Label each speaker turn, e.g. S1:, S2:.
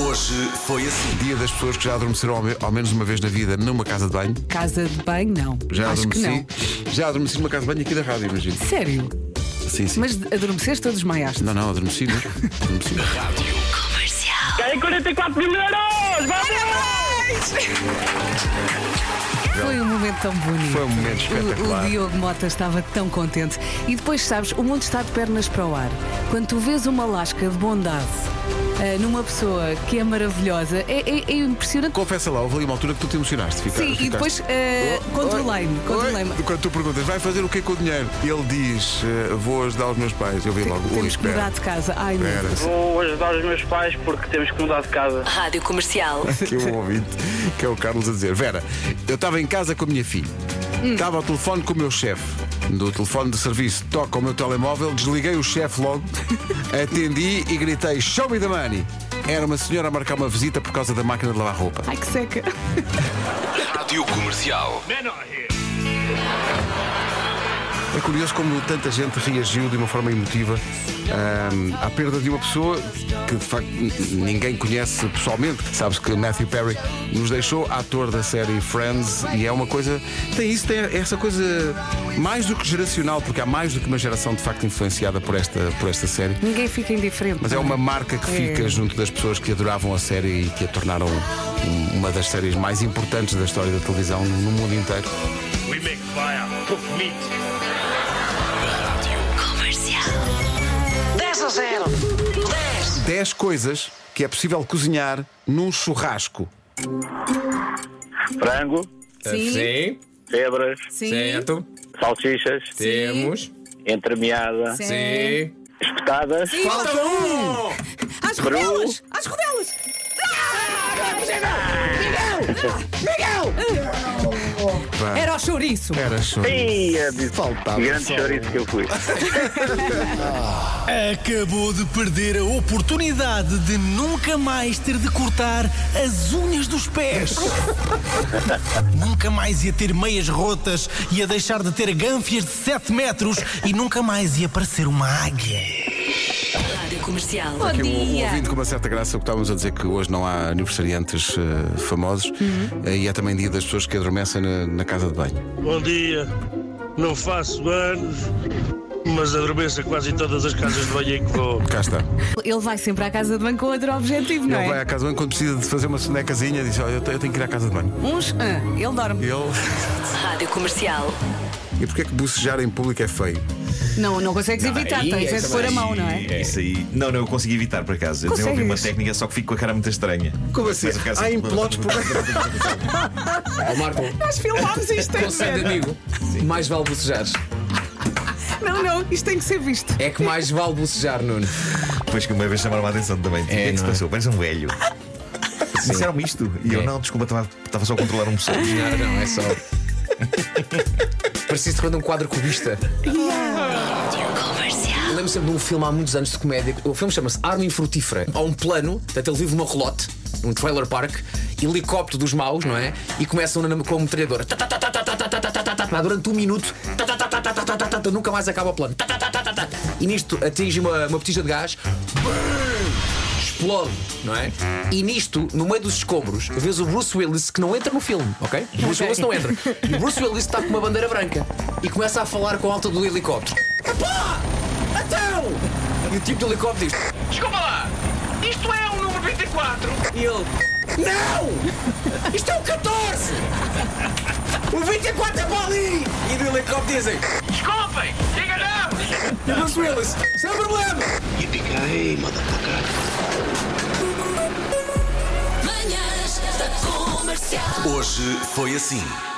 S1: Hoje foi assim.
S2: Dia das pessoas que já adormeceram ao, me- ao menos uma vez na vida numa casa de banho.
S3: Casa de banho, não.
S2: Já
S3: Acho que
S2: adormeci.
S3: não.
S2: Já adormeci numa casa de banho aqui da rádio, imagino.
S3: Sério.
S2: Sim, sim.
S3: Mas adormeceste ou desmaiaste?
S2: Não, não, adormeci, não. adormeci.
S4: Ganhei 44 mil euros!
S3: Foi um momento tão bonito.
S2: Foi um momento espetacular.
S3: O, o Diogo Mota estava tão contente. E depois, sabes, o mundo está de pernas para o ar. Quando tu vês uma lasca de bondade ah, numa pessoa que é maravilhosa, é, é- é impressionante.
S2: Confessa lá, houve ali uma altura que tu te emocionaste. Fica,
S3: Sim, e
S2: ficaste-
S3: depois ah,
S2: Oi,
S3: controlei-me.
S2: oi.
S3: Controlei-me.
S2: Quando tu perguntas, vai fazer o que com o dinheiro? Ele diz, eh, vou ajudar os meus pais. Eu vi logo, ui,
S3: Temos que
S2: espera.
S3: mudar de casa. Ai, meu
S2: Espera.
S3: Deus.
S4: Vou ajudar os meus pais porque temos que mudar de casa.
S5: Rádio Comercial.
S2: que é um ouvinte, que é o Carlos a dizer: Vera, eu estava em casa com a minha filha, estava ao telefone com o meu chefe. Do telefone de serviço, toca o meu telemóvel, desliguei o chefe logo, atendi e gritei: Show me the money! Era uma senhora a marcar uma visita por causa da máquina de lavar roupa.
S3: Ai, que seca.
S1: Rádio Comercial.
S2: É curioso como tanta gente reagiu de uma forma emotiva ahm, à perda de uma pessoa que de facto n- ninguém conhece pessoalmente. Sabes que Matthew Perry nos deixou ator da série Friends e é uma coisa. Tem isso, tem essa coisa mais do que geracional, porque há mais do que uma geração de facto influenciada por esta, por esta série.
S3: Ninguém fica indiferente.
S2: Mas é uma marca que
S3: É.
S2: fica junto das pessoas que adoravam a série e que a tornaram um- uma das séries mais importantes da história da televisão no mundo inteiro.
S6: We make fire, cook meat.
S5: Comercial.
S7: 10 a 0. 10.
S2: 10 coisas que é possível cozinhar num churrasco.
S4: Frango,
S3: Sim,
S8: Ah, Sim,
S4: febras,
S3: sim.
S8: certo.
S4: salsichas,
S8: Temos.
S4: entremeada,
S3: sim.
S8: Sim.
S4: espetadas,
S3: Falta um! Às
S4: Peru.
S3: rodelas! Às rodelas!
S2: Pá,
S3: Era o chouriço!
S2: Era churrasco.
S4: e a de
S2: Faltava.
S4: grande chouriço que eu fui.
S9: Acabou de perder a oportunidade de nunca mais ter de cortar as unhas dos pés. nunca mais ia ter meias rotas, ia deixar de ter gânfias de 7 metros e nunca mais ia parecer uma águia.
S5: Rádio Comercial.
S3: Bom
S2: Aqui um, um
S3: dia!
S2: ouvinte com uma certa graça, o que estávamos a dizer que hoje não há aniversariantes eh, famosos
S8: Uhum.
S2: eh, e é também dia das pessoas que adormecem na, na casa de banho.
S10: Bom dia. Não faço anos, mas adormeço a quase todas as casas de banho em que vou.
S2: Cá está.
S3: Ele vai sempre à casa de banho com outro objetivo, não
S2: Ele vai
S3: é?
S2: à casa de banho quando precisa de fazer uma sonecazinha diz: Olha, eu, te- eu tenho que ir à casa de banho.
S3: Uns, ah, ele dorme.
S2: Ele.
S5: Rádio Comercial.
S2: E porquê é que bucejar em público é feio?
S3: Não, não consegues evitar, tens é de pôr a mão, não é?
S11: Isso aí. Não, não, eu consegui evitar por acaso. Eu
S3: Consegues? Ah,
S11: desenvolvi uma técnica, só que fico com a cara muito estranha.
S2: Como assim?
S11: Começo a ficar
S2: Há implodes por.
S8: Ó Marco,
S3: Nós filmámos isto
S8: conselho de amigo. Mais vale bucejares.
S3: Não, não, isto tem que ser visto.
S8: É que mais vale bucejar, Nuno.
S11: Depois que uma vez chamaram a atenção também. o que é que se
S8: não é?
S11: passou? Parece um velho. Disseram-me isto. E eu,
S8: É.
S11: não, desculpa, estava- estava só a controlar um pessoal.
S8: Não, não, é só. Preciso quando um quadro cubista.
S5: Comercial.
S8: Eu lembro sempre de um filme há muitos anos de comédia. O filme chama-se Arma Infrutífera. Há um plano, portanto, ele vive numa relote, num trailer park, helicóptero dos maus, não é? E começam na- com a metralhadora. Tá, tá, tá, tá, tá, tá, tá, tá, tá, tá, tá, tá, tá, Durante um minuto. Tá, tá, tá, tá, tá, tá, tá, tá, tá, tá, Nunca mais acaba o plano. Tá, tá, tá, tá, tá, tá. E nisto atinge uma, uma petista de gás. Bum! Explode, não é? E nisto, no meio dos escombros, vês o Bruce Willis que não entra no filme, ok? O Bruce Willis não entra. E o Bruce Willis está com uma bandeira branca e começa a falar com a alta do helicóptero. Epá! Então! E o tipo do helicóptero diz:
S6: Desculpa lá, isto é o número 24.
S8: E ele: Não! Isto é o 14! O 24 é para ali! E do helicóptero dizem:
S6: Desculpem, enganamos.
S8: E o Bruce Willis: Sem problema!
S5: Manhãs da Comercial.
S1: Hoje foi assim.